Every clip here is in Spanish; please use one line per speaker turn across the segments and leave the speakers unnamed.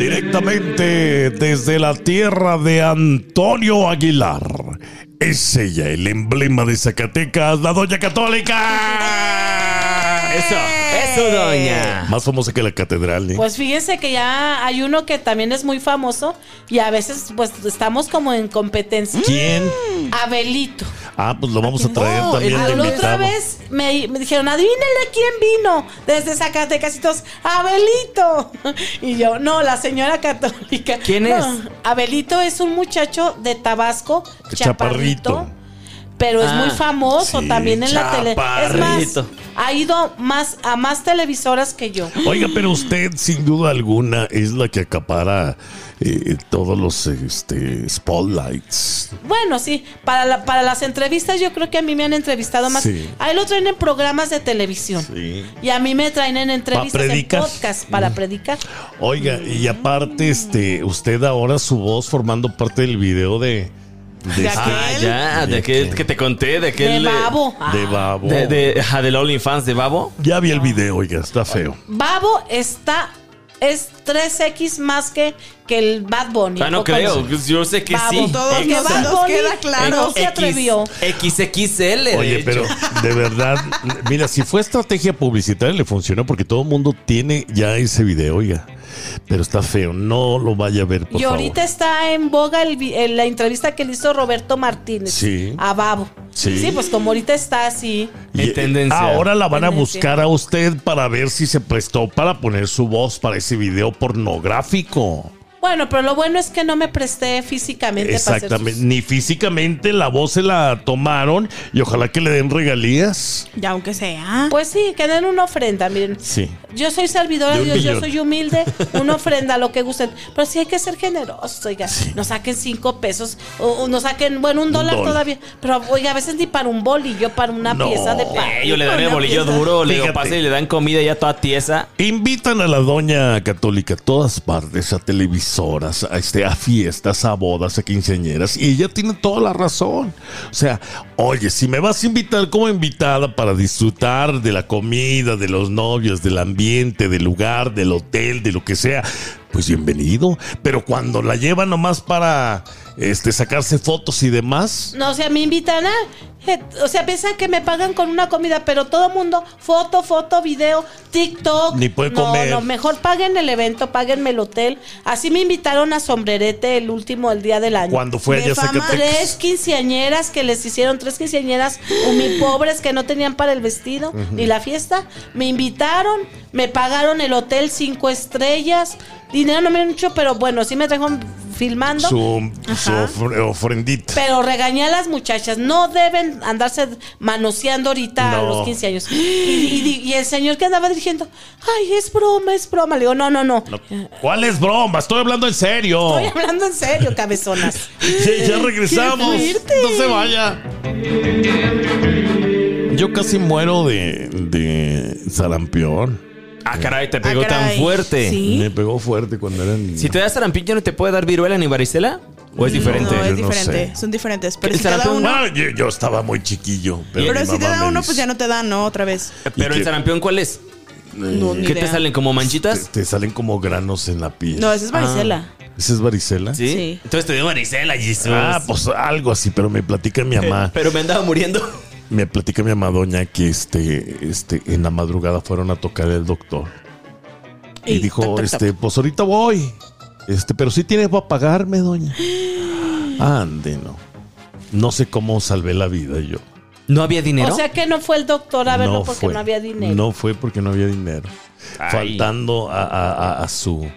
Directamente desde la tierra de Antonio Aguilar. Es ella, el emblema de Zacatecas, la Doña Católica.
Eso, eso, doña.
Más famosa que la catedral, ¿eh?
Pues fíjense que ya hay uno que también es muy famoso y a veces pues estamos como en competencia.
¿Quién?
Abelito.
Ah, pues lo vamos a traer
No,
también. de
Ah, la mm. otra
invitado.
vez me, me dijeron, adivínenle quién vino desde Zacatecas y todos, Abelito. Y yo, no, la señora católica.
¿Quién
No,
es?
Abelito es un muchacho de Tabasco,
Chaparrito.
chaparrito. Pero es
Ah,
muy famoso
sí,
también en la tele. Es más,
chaparrito.
ha ido más a más televisoras que yo.
Oiga, pero usted sin duda alguna es la que acapara eh, todos los este, spotlights.
Bueno, sí, para, la- para las entrevistas yo creo que a mí me han entrevistado más.
Sí.
A él lo traen en programas de televisión.
Sí. Mm.
Y a mí me traen en entrevistas en
predicar.
podcast para predicar.
Oiga, y aparte, este, usted ahora su voz formando parte del video de.
De
este-
Ah,
aquel.
ya, de
¿De
aquel
qué? Oh.
que te conté, de
De
aquel. eh,
Babo.
de Babo.
De, de, ajá, del OnlyFans de Babo.
Ya vi el video, oiga, está feo.
Babo está. Es 3X más que, que el Bad Bunny.
Ah, no
Poco
creo.
menos.
Yo sé que
Babo,
sí.
todo que
Ex-
Bad
nos
Bunny
queda claro.
No se
X-
atrevió.
XXL. de
Oye,
hecho.
pero de verdad, mira, si fue estrategia publicitaria, le funcionó porque todo el mundo tiene ya ese video, oiga. Pero está feo, no lo vaya a ver, por
Y
favor.
ahorita está en boga el vi- en la entrevista que le hizo Roberto Martínez
Sí.
a Babo.
Sí.
pues como ahorita está así.
Y,
En tendencia.
Ahora la van a
Tendencia.
buscar a usted para ver si se prestó para poner su voz para ese video pornográfico.
Bueno, pero lo bueno es que no me presté físicamente para hacer
Exactamente.
sus-
Ni físicamente la voz se la tomaron y ojalá que le den regalías.
Ya aunque sea.
Pues sí, que den una ofrenda, miren.
Sí.
Yo soy servidora
De un
de Dios, yo
millón.
soy humilde, una ofrenda, lo que gusten. Pero sí hay que ser generosos, oiga. No saquen cinco pesos, o, o no saquen, bueno, un dólar,
dólar.
todavía. Pero, oiga, a veces ni para un bolillo, para una
No.
pieza de pan.
Eh, yo le daré
Una
bolillo
pieza.
duro, le digo,
Fíjate.
pase y le dan comida ya toda tiesa.
Invitan a la doña católica a todas partes, a televisoras, a, este, a fiestas, a bodas, a quinceañeras, y ella tiene toda la razón. O sea, oye, si me vas a invitar como invitada para disfrutar de la comida, de los novios, del ambiente, del lugar, del hotel, de lo que sea, pues bienvenido. Pero cuando la llevan nomás para este, sacarse fotos y demás,
No, o sea, me invitan a. eh, O sea, piensan que me pagan con una comida, pero todo mundo, foto, foto, video, TikTok.
Ni puede
no,
comer.
No, mejor paguen el evento, páguenme el hotel. Así me invitaron a Sombrerete el último, el día del año.
cuando fue
De
allá a
fama
Tres
Zacatecas.
quinceañeras que les hicieron, tres quinceañeras muy pobres que no tenían para el vestido ni la fiesta. Me invitaron, me pagaron el hotel cinco estrellas. Dinero no me han hecho, pero bueno, sí me trajo filmando.
Su, su
Ajá.
ofre- ofrendita.
pero regañé a las muchachas, no deben andarse manoseando ahorita a
No.
los 15 años. Y, y di- y el señor que andaba dirigiendo, ay, es broma, es broma. Le digo, no, no, no.
No, pues, ¿Cuál es broma? Estoy hablando en serio.
Estoy hablando en serio, cabezonas.
Ya, ya regresamos.
Qué fuerte.
No se vaya. Yo casi muero de, de sarampión.
Ah, caray, te pegó tan
caray.
fuerte.
Sí.
Me pegó fuerte cuando era niño.
Si te das sarampión, ¿ya no te puede dar viruela ni varicela? ¿O es diferente?
No,
Yo
es
no
diferente.
sé.
Son diferentes. Pero
¿Qué
si te da
sarampión?
uno.
Ah, yo, yo estaba muy chiquillo. Pero,
Pero
mi
si te
mamá
da
me
uno, pues
dice,
ya no te da, ¿no? Otra vez.
Pero
¿Y
el
qué?
sarampión, ¿cuál es?
No, ni
¿Qué te
idea.
salen como
Te,
manchitas?
"Eh, te salen como granos en la piel.
No, esa es varicela.
¿Esa es varicela?
¿Sí?
sí.
Entonces te dio varicela, Jesús.
Ah, pues ah. algo así, pero me platica mi mamá.
Pero me andaba muriendo.
Me platica mi mamá doña que este, este, en la madrugada fueron a tocar el doctor. Y, dijo,
toc, toc,
este,
toc.
pues ahorita voy. Este, pero sí tiene para pagarme, doña. Ande, no. No sé cómo salvé la vida yo.
¿No había dinero?
O sea que no fue el doctor a verlo porque
fue.
no había dinero.
No fue porque no había dinero.
Ay.
Faltando a, a- a- a su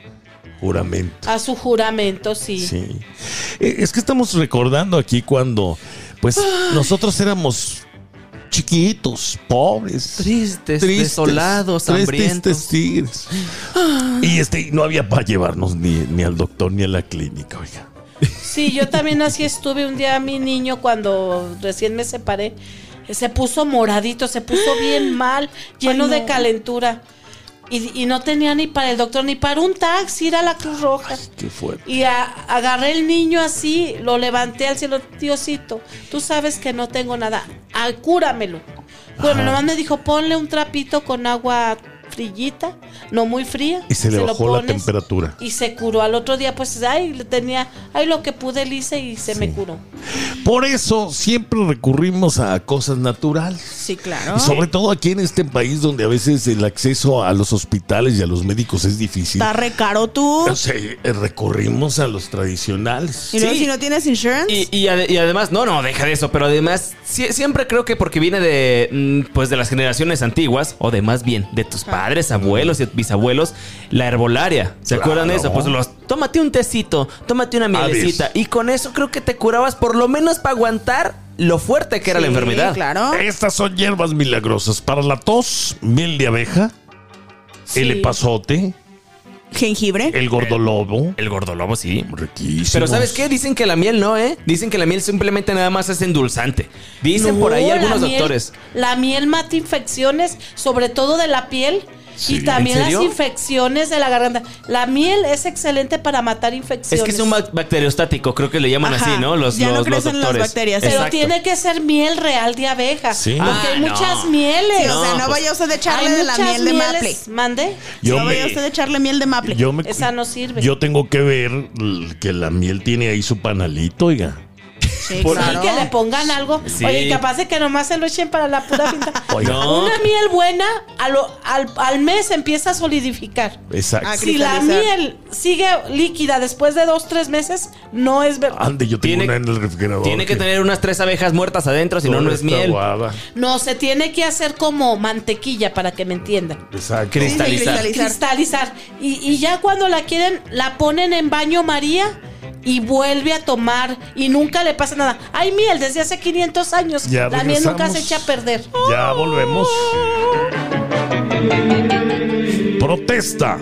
juramento.
A su juramento, sí.
Sí. Eh, Es que estamos recordando aquí cuando, pues, nosotros éramos chiquitos, pobres.
Tristes,
tristes,
desolados,
tres
hambrientos. Ah.
tristes tigres. Y este no había para llevarnos ni, ni al doctor ni a la clínica, oiga.
Sí, yo también así estuve un día mi niño cuando recién me separé. Se puso moradito, se puso bien mal, lleno
Ay, no.
de calentura. Y, y no tenía ni para el doctor, ni para un taxi, ir a la Cruz Roja.
Qué fuerte.
Y a- agarré el niño así, lo levanté al cielo, Diosito, tú sabes que no tengo nada, ah, cúramelo. Bueno, nomás me dijo, ponle un trapito con agua frillita, no muy fría.
Y se le
lo
bajó la
pones
temperatura.
Y se curó. Al otro día, pues, ay, le tenía, ay, lo que pude le hice y se me curó.
Por eso siempre recurrimos a cosas naturales.
Sí, claro.
Y sobre todo aquí en este país donde a veces el acceso a los hospitales y a los médicos es difícil.
Está re caro tú.
O sea, eh, recurrimos a los tradicionales.
Y luego
Sí.
si no tienes insurance.
Y, y ade- y además, no, no, deja de eso, pero además, sie- siempre creo que porque viene de, mm, pues, de las generaciones antiguas, o de más bien, de tus padres, abuelos y bisabuelos, la herbolaria. ¿Se
Claro.
acuerdan de eso? Pues los, tómate un tecito, tómate una
ver.
mielecita, y con eso creo que te curabas por lo menos para aguantar lo fuerte que era la
Sí,
enfermedad.
Claro.
Estas son hierbas milagrosas. Para la tos, miel de abeja, el epazote,
Jengibre.
el gordolobo.
El gordolobo, sí.
Riquísimo.
Pero ¿sabes qué? Dicen que la miel no, ¿eh? Dicen que la miel simplemente nada más es endulzante. Dicen
No,
por ahí
la
algunos
miel-
doctores.
La miel mata infecciones, sobre todo de la piel.
Sí.
Y también
¿En
las
serio?
infecciones de la garganta. La miel es excelente para matar infecciones.
Es que es un bac- bacteriostático, creo que le llaman
Ajá.
así, ¿no? Los,
Ya no
los, los
crecen las
doctores.
bacterias.
Pero
Exacto.
tiene que ser miel real de abeja.
Sí.
Porque
Ah,
hay
no.
muchas mieles.
Sí, o sea,
No,
no
pues-
vaya usted a echarle
Hay
de la
muchas
miel de
mieles.
maple.
Mande.
Yo me-
no vaya usted a echarle miel de maple.
Yo me-
Esa no sirve.
Yo tengo que ver l- que la miel tiene ahí su panalito, oiga.
Sí,
por-
claro.
Que le pongan algo.
Sí.
Oye, capaz de que nomás se lo echen para la pura pinta.
Oiga.
No.
Una miel buena a lo- al, al mes empieza a solidificar.
Ah,
Exacto.
que-
Si la
cristalizar.
miel sigue líquida después de dos, tres meses, no es verdad.
Ande, yo tengo
Tiene-
una en el refrigerador.
Tiene que tener unas tres abejas muertas adentro, si no, no
Toda
es
esta
miel.
guada.
No, se tiene que hacer como mantequilla para que me entiendan.
Exacto.
Sí, de
cristalizar.
cristalizar.
Cristalizar. Y, y ya cuando la quieren, la ponen en baño María y vuelve a tomar y nunca le pasa nada. Hay miel desde hace 500 años.
Ya
la miel nunca
regresamos.
se echa a perder.
Ya volvemos. Protesta.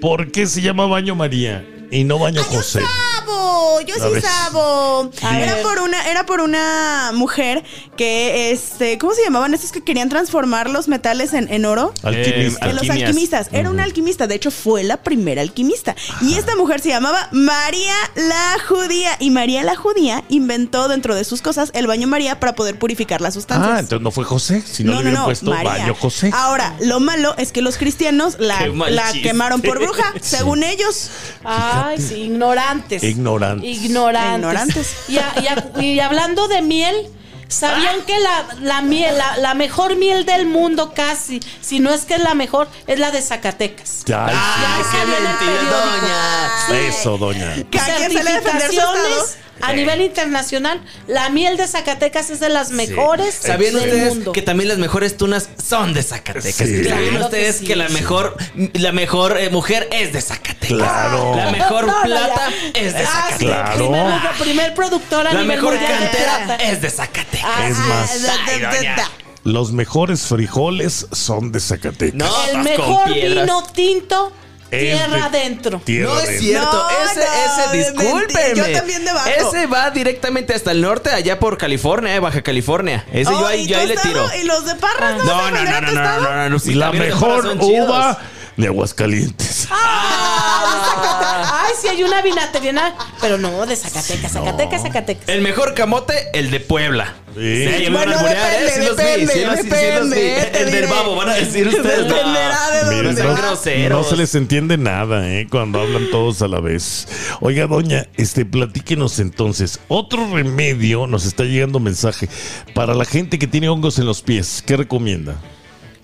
¿Por qué se llama Baño María y no Baño José?
sabo, yo
A
sí
ver.
sabo.
A
Era
ver.
por una, era por una mujer que este, ¿cómo se llamaban esos que querían transformar los metales en, en oro?
Alquimista.
De los
alquimias.
alquimistas. Era una alquimista, de hecho fue la primera alquimista. Y esta mujer se llamaba María la Judía. Y María la Judía inventó dentro de sus cosas el baño María para poder purificar las sustancias.
Ah, entonces no fue José, sino le hubieran puesto
María.
Baño José.
Ahora, lo malo es que los cristianos la,
Qué mal
la
chiste.
quemaron por bruja, según ellos.
Ay, sí, ignorantes.
Ignorantes.
Ignorantes.
Ignorantes.
Y, a- y a- y hablando de miel, ¿sabían que la, la miel, la, la mejor miel del mundo casi, si no es que es la mejor, es la de Zacatecas?
Ya,
¡Ay,
Ya
qué
salió en el
mentira,
periódico.
doña!
sí. Eso, doña.
Cada quien sale a defender su
Certificaciones
estado.
a nivel internacional. La miel de Zacatecas es de las mejores
¿Sabían
del
ustedes
mundo.
que también las mejores tunas son de Zacatecas?
Sí.
¿Sabían
Claro que
ustedes que,
sí.
la mejor, la mejor eh, mujer es de Zacatecas?
Claro.
La mejor
No, no,
plata
ya.
es de
Ah, sí,
Zacatecas.
Claro.
Primer, primer productor a
La
nivel
mejor
mundial de
cantera
plata.
es de Zacatecas.
Ah,
Es
ah,
más-
da- da-
Ay,
da-
doña.
da.
Los mejores frijoles son de Zacatecas.
No, estás
El
con
mejor
piedras.
vino tinto,
Es
tierra
de-
adentro.
Tierra
No es
adentro.
cierto,
No,
ese,
no,
ese,
de
discúlpeme.
mentira, yo también debato.
Ese va directamente hasta el norte, allá por California, eh, Baja California. Ese yo
Oh,
ahí,
y
yo ahí
tu
le tiro. Ah.
estado, Y los de Parras no,
No,
vas
no,
a
no,
defender
no,
tu
no,
estado?
no, no, no, sí,
la
también los
mejor
son chidos.
uva de Aguascalientes.
Ah, Ay, sí hay una vinateriana, pero no, de Zacatecas, Zacatecas, Zacatecas.
El mejor camote, el de Puebla.
Sí.
yo me
Bueno,
van a alburear,
depende,
¿eh? Sí los vi, sí los vi,
depende,
sí los
depende,
vi.
eh, te
El del
diré.
babo, van a decir ustedes. no.
Dependerá de dónde
Miren,
sean
no,
groseros.
no se les entiende nada, ¿eh? Cuando hablan todos a la vez. Oiga, doña, este, platíquenos entonces. Otro remedio, nos está llegando mensaje, para la gente que tiene hongos en los pies, ¿qué recomienda?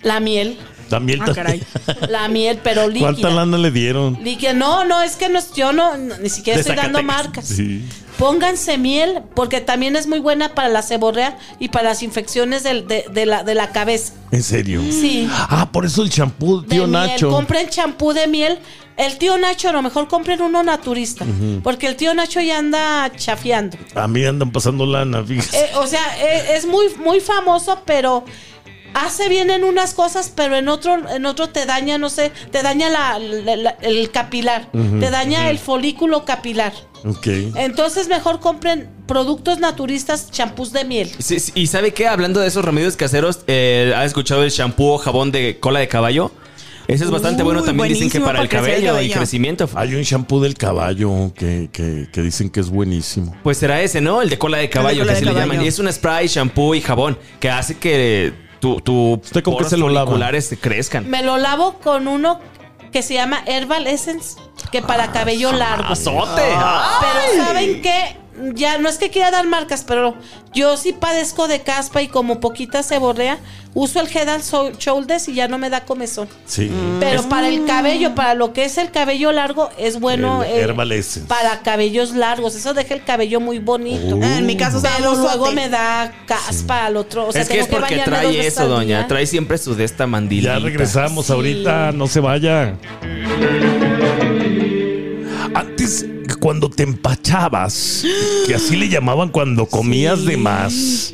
La miel,
También,
Ah,
también.
caray.
la miel, pero líquida.
¿Cuánta lana le dieron?
Líquida. No, no, es que no, es- yo no, no, ni siquiera
De
estoy dando
Zacatecas.
marcas.
Sí.
Pónganse miel, porque también es muy buena para la ceborrea y para las infecciones del- de, de la, de la cabeza.
¿En serio?
Sí.
Ah, por eso el champú,
de
tío
miel.
Nacho.
Compren champú de miel. El tío Nacho, a lo mejor compren uno naturista, porque el tío Nacho ya anda chafiando.
A mí andan pasando lana, fíjese.
Eh, o sea, eh, es muy, muy famoso, pero hace bien en unas cosas, pero en otro, en otro te daña, no sé, te daña la, la- la- el capilar, te daña el folículo capilar. eh.
ok.
Entonces mejor compren productos naturistas, champús de miel.
Sí, sí, ¿Y sabe qué? Hablando de esos remedios caseros, eh, ¿ha escuchado el shampoo o jabón de cola de caballo? Ese es bastante bueno.
Uy,
También dicen que
buenísimo
para el
para crecer el
cabello, el
cabello.
crecimiento.
Hay un shampoo del caballo que, que- que dicen que es buenísimo.
Pues será ese, ¿no? El de cola de caballo
cola
que
de
se le
caballo.
llaman. Y es un spray, shampoo y jabón que hace que tu, tu
¿Usted con qué
poros
se lo lava?
foliculares se crezcan.
Me lo lavo con uno que se llama Herbal Essence, que
Ah,
para cabello largo.
¡Azote! Ah.
Pero ¿saben qué? Ya, no es que quiera dar marcas, pero yo sí padezco de caspa y como poquita se borrea, uso el Head and Shou- Shoulders y ya no me da comezón.
Sí.
Pero para el cabello, para lo que es el cabello largo, es bueno.
El
eh,
Herbal Essence.
Para cabellos largos, eso deja el cabello muy bonito.
Uh.
Ah, en mi caso,
Pero
se llama
luego
osote.
me da caspa al otro. O sea,
es que es
tengo
porque
bañarme dos
trae
veces
eso,
al
doña.
día.
Trae siempre su de esta mandilita.
Ya regresamos
Sí.
ahorita, no se vaya. Antes, cuando te empachabas, que así le llamaban cuando comías de más,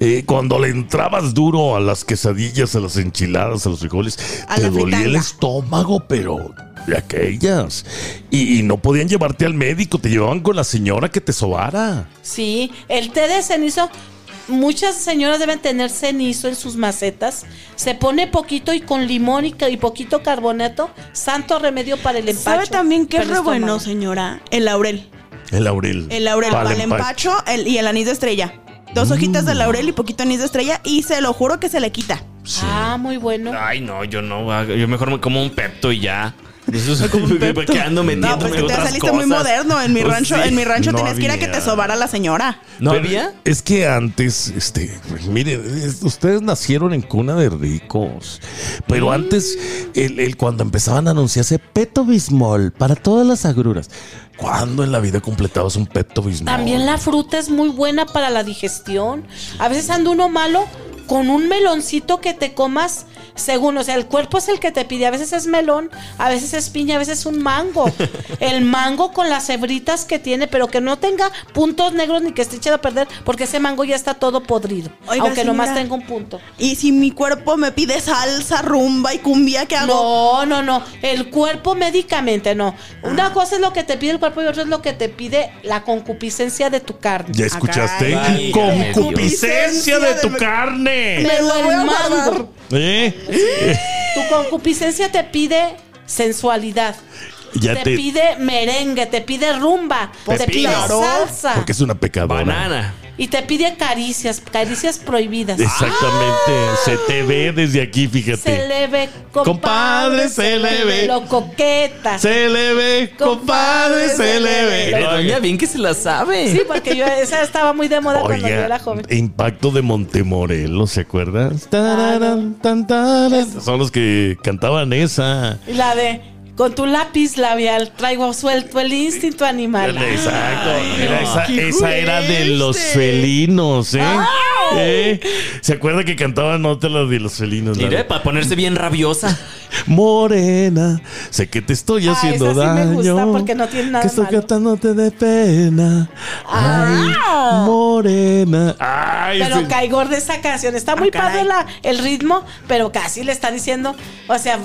eh, cuando le entrabas duro a las quesadillas, a las enchiladas, a los frijoles,
A
te
la
dolía el
fritanga.
estómago, pero de aquellas. Y, y no podían llevarte al médico, te llevaban con la señora que te sobara.
Sí, el té de cenizo. Muchas señoras deben tener cenizo en sus macetas. Se pone poquito y con limón y, ca- y poquito carbonato. Santo remedio para el empacho.
¿Sabe también qué es
Para
re
el
bueno,
estómago.
señora? El laurel.
El laurel.
El laurel
Pa'l
para el
empacho.
empacho el- y el anís de estrella. Dos hojitas de laurel y poquito anís de estrella y se lo juro que se le quita.
Ah, muy bueno.
Ay, no, yo no. va- Yo mejor me como un pepto y ya. Eso es como
Pepto.
que ando
No, pues
metiéndome
que te
otras
saliste
cosas.
muy moderno. En mi
Pues
rancho,
sí.
en mi rancho
No
tenías que ir a que
había.
te sobara la señora.
¿No
Pero
había?
Es que antes, este, mire, es- ustedes nacieron en cuna de ricos, pero
Mm.
antes, el, el- cuando empezaban a anunciarse Peto Bismol para todas las agruras, ¿cuándo en la vida completabas un Peto Bismol?
También la fruta es muy buena para la digestión. A veces anda uno malo con un meloncito que te comas según, o sea, el cuerpo es el que te pide. A veces es melón, a veces es piña, a veces es un mango. El mango con las hebritas que tiene, pero que no tenga puntos negros ni que esté echado a perder, porque ese mango ya está todo podrido.
Oiga,
aunque nomás
señora.
tenga un punto.
Y si mi cuerpo me pide salsa, rumba y cumbia, ¿qué hago? Ah.
No, no, no. El cuerpo médicamente, no. Una cosa es lo que te pide el cuerpo y otra es lo que te pide la concupiscencia de tu carne.
¿Ya escuchaste?
Ay,
¡Concupiscencia de tu carne!
Me
Pero
lo
el
voy a
mango.
guardar.
¿Eh?
Tu concupiscencia te pide sensualidad.
Ya
te,
te-
pide merengue, te pide rumba, te
Pepino.
pide
Claro.
salsa
Porque es una pecadora.
Banana.
y te pide caricias, caricias prohibidas.
Exactamente, se te ve desde aquí, fíjate.
Ah. Se le ve, compadre,
Compadre, se le ve.
Lo coqueta.
Se le ve, compadre, se le
Pero Eh, doña,
ve.
bien que se la sabe.
Eh, Sí, porque yo esa estaba muy de moda cuando yo era
Oiga,
joven.
Impacto de Montemorelos, ¿se acuerdan? Tararán, tan, tarán. Son los que cantaban esa.
Y la de con tu lápiz labial traigo suelto el instinto animal.
Exacto. Era
no.
esa,
¡Qué
esa era de los
este.
fuerte!
felinos, ¿eh? ¿Eh? ¿Se acuerda que cantaban otra la de los felinos? la
Mire,
de,
para ponerse bien rabiosa.
Morena, sé que te estoy
Ah,
haciendo
esa sí
daño.
me gusta porque no tiene nada
Que estoy
malo.
cantándote de pena. Ay,
Ah.
morena. Ay,
Pero
sí.
Caigor de esa canción está muy
Ah, caray.
padre la, el ritmo, pero casi le está diciendo, o sea,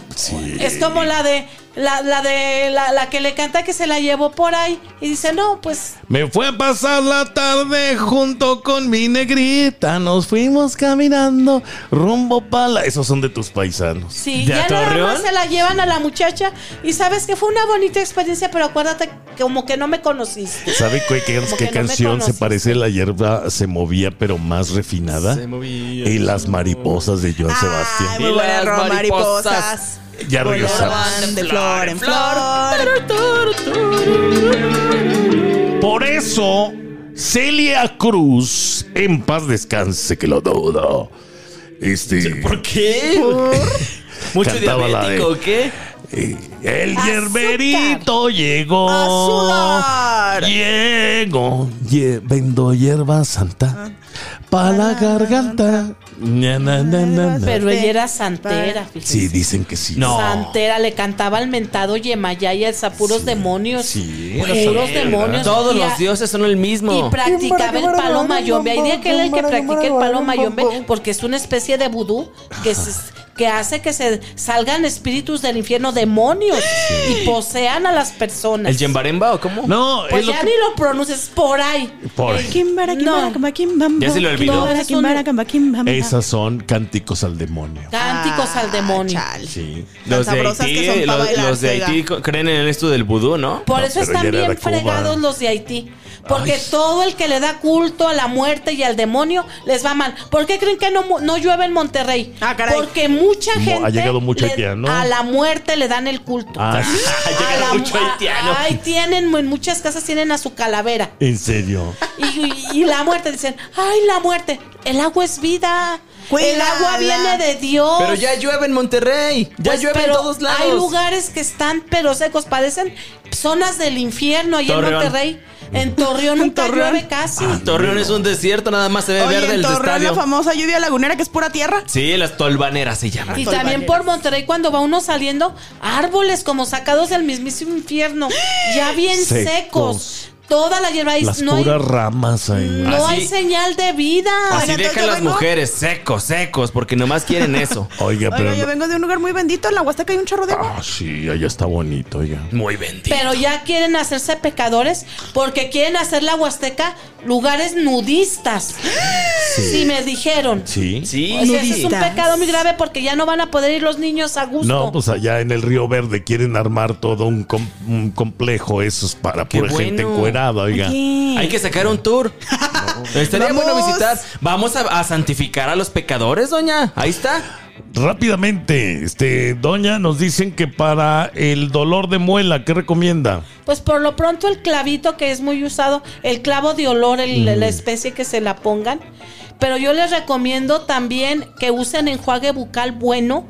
es como la de la, la de la, la que le canta que se la llevó por ahí y dice, "No, pues
Me fue a pasar la tarde junto con mi negrita. Nos fuimos caminando rumbo pala. Esos son de tus paisanos.
sí,
¿De
ya
a
nada
Torreón?
más se la llevan a la muchacha y sabes que fue una bonita experiencia, pero acuérdate que como que no me conociste."
¿Sabe qué, qué- qué
Como que no me
canción se
conoces.
parece? La hierba se movía, pero más refinada.
movía.
y las mariposas de Joan
Ay,
Sebastián.
muy
Y
buena
las
Ro,
mariposas.
mariposas.
Ya regresamos.
Volaban de flor en flor.
Por eso, Celia Cruz, en paz descanse, que lo dudo. Este,
¿Por qué? ¿Mucho
Cantaba la
diabético o qué?
eh, el hierberito llegó. Oh.
¡A sudar!
Llego, lle- vendo hierba santa
Ah.
para la garganta. Ña, na, na, na, na.
Pero ella era santera, fíjese.
Sí, dicen que sí.
No.
Santera le cantaba al mentado Yemayaya, a puros demonios.
Sí, era
puros
santera.
demonios.
Todos
Y a-
los dioses son el
Y
mismo.
practicaba el palo mayombe. Hay día que él es el que practica el palo mayombe porque es una especie de vudú que se, que hace que se salgan espíritus del infierno, demonios, y posean a las personas.
¿El Yembaremba o cómo?
No,
Pues
es lo
ya
que-
ni lo pronuncias por ahí.
Por
El
ahí.
Kimbara, kimbara,
No.
kamba, kimbamba.
Ya se le olvidó.
Kimbara, kimbara, kamba, kimbamba.
Esas son cánticos al demonio.
Cánticos al demonio.
Ah, chale.
Sí.
Tan sabrosas que son pa'
los-
bailar,
los de
oiga.
Haití co- creen en esto del vudú, ¿no?
Por
No,
eso
pero ya
están
era
bien
de Cuba.
fregados los de Haití. Porque
Ay.
todo el que le da culto a la muerte y al demonio les va mal. ¿Por qué creen que no, mu- no llueve en Monterrey?
Ah, caray.
Porque mucha
Mo- ha
gente.
llegado mucho
le-
haitiano.
A la muerte le dan el culto.
Ah,
Ha
A
llegado
la-
mucho
a-
haitiano.
Ahí tienen, en muchas casas tienen a su calavera.
en serio.
Y, y- y la muerte, dicen, ay, la muerte. El agua es vida. el
Cuídala.
agua viene de Dios.
Pero ya llueve en Monterrey. Ya
Pues,
llueve en
pero
todos lados.
Hay lugares que están pero secos, parecen zonas del infierno ahí
Torreón.
en Monterrey. En Torreón nunca
Torreón.
llueve casi.
Torreón es un desierto, nada más se ve
Oye,
Ah, verde
en
el
Torreón la
estadio.
famosa lluvia lagunera que es pura tierra.
Sí, las tolvaneras se llaman.
y
Torreón.
también por Monterrey cuando va uno saliendo, árboles como sacados del mismísimo infierno, ya bien
Secos.
secos. Toda la hierba ahí
Las
no hay,
puras ramas ahí.
no
Así-
hay señal de vida.
Ah, Así
entonces
dejan
yo
las
vengo-
mujeres, secos, secos, porque nomás quieren eso.
Oiga, pero.
Oiga, yo
no-
vengo de un lugar muy bendito, en la Huasteca hay un charro de agua.
Ah, sí, allá está bonito, oiga.
Muy bendito.
Pero ya quieren hacerse pecadores porque quieren hacer la Huasteca lugares nudistas. Si me dijeron.
Sí.
Sí,
O sea, ese es un
Nudistas.
pecado muy grave porque ya no van a poder ir los niños a gusto.
No, pues allá en el Río Verde quieren armar todo un, com- un complejo esos para
Qué
pura gente
bueno.
encuerada, oiga.
Oye.
Hay que sacar un tour. Estaría bueno
Vamos.
visitar. Vamos a, a santificar a los pecadores, doña. Ahí está.
Rápidamente, este, doña, nos dicen que para el dolor de muela, ¿qué recomienda?
Pues por lo pronto el clavito que es muy usado, el clavo de olor, el-
Mm.
la especie que se la pongan. Pero yo les recomiendo también que usen enjuague bucal bueno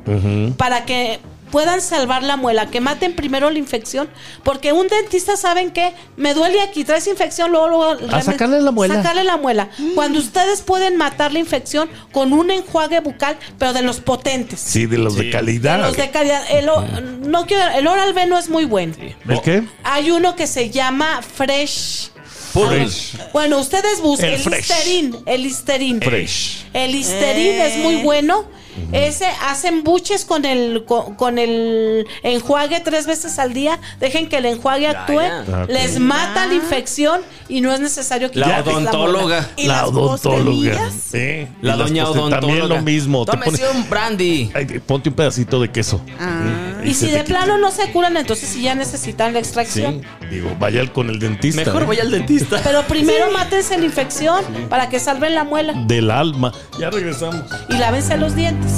para que puedan salvar la muela, que maten primero la infección, porque un dentista saben que me duele aquí, traes infección, luego, luego remedio-
sacarle la muela.
Sacarle la muela. Cuando ustedes pueden matar la infección con un enjuague bucal, pero de los potentes.
Sí, de los de calidad.
De los de calidad. El, o- no quiero- el oral B no es muy bueno.
¿El qué?
Hay uno que se llama Fresh.
Fresh.
Bueno, ustedes busquen
El
el,
Fresh.
Listerine, El Listerine.
Fresh.
El Listerine
Eh.
es muy bueno. Ese hacen buches con el con, con el enjuague tres veces al día. Dejen que el enjuague actúe.
ya.
Ah, ok.
Les mata la infección y no es necesario que
La odontóloga.
¿Y
la
las
odontóloga.
costelillas?
¿eh?
La
Y las
doña
coste-
odontóloga.
También lo mismo. te
Tómese
pone-
un brandy.
Ay, de- ponte un pedacito de queso.
Ah.
Y
Y
se
si
te
de
quita.
plano no se curan, entonces sí ya necesitan la extracción.
Sí, digo, vaya al- con el dentista.
Mejor
¿eh?
voy al dentista.
Pero primero mátense la infección para que salven la muela
Del alma. Ya regresamos.
y lávense los dientes.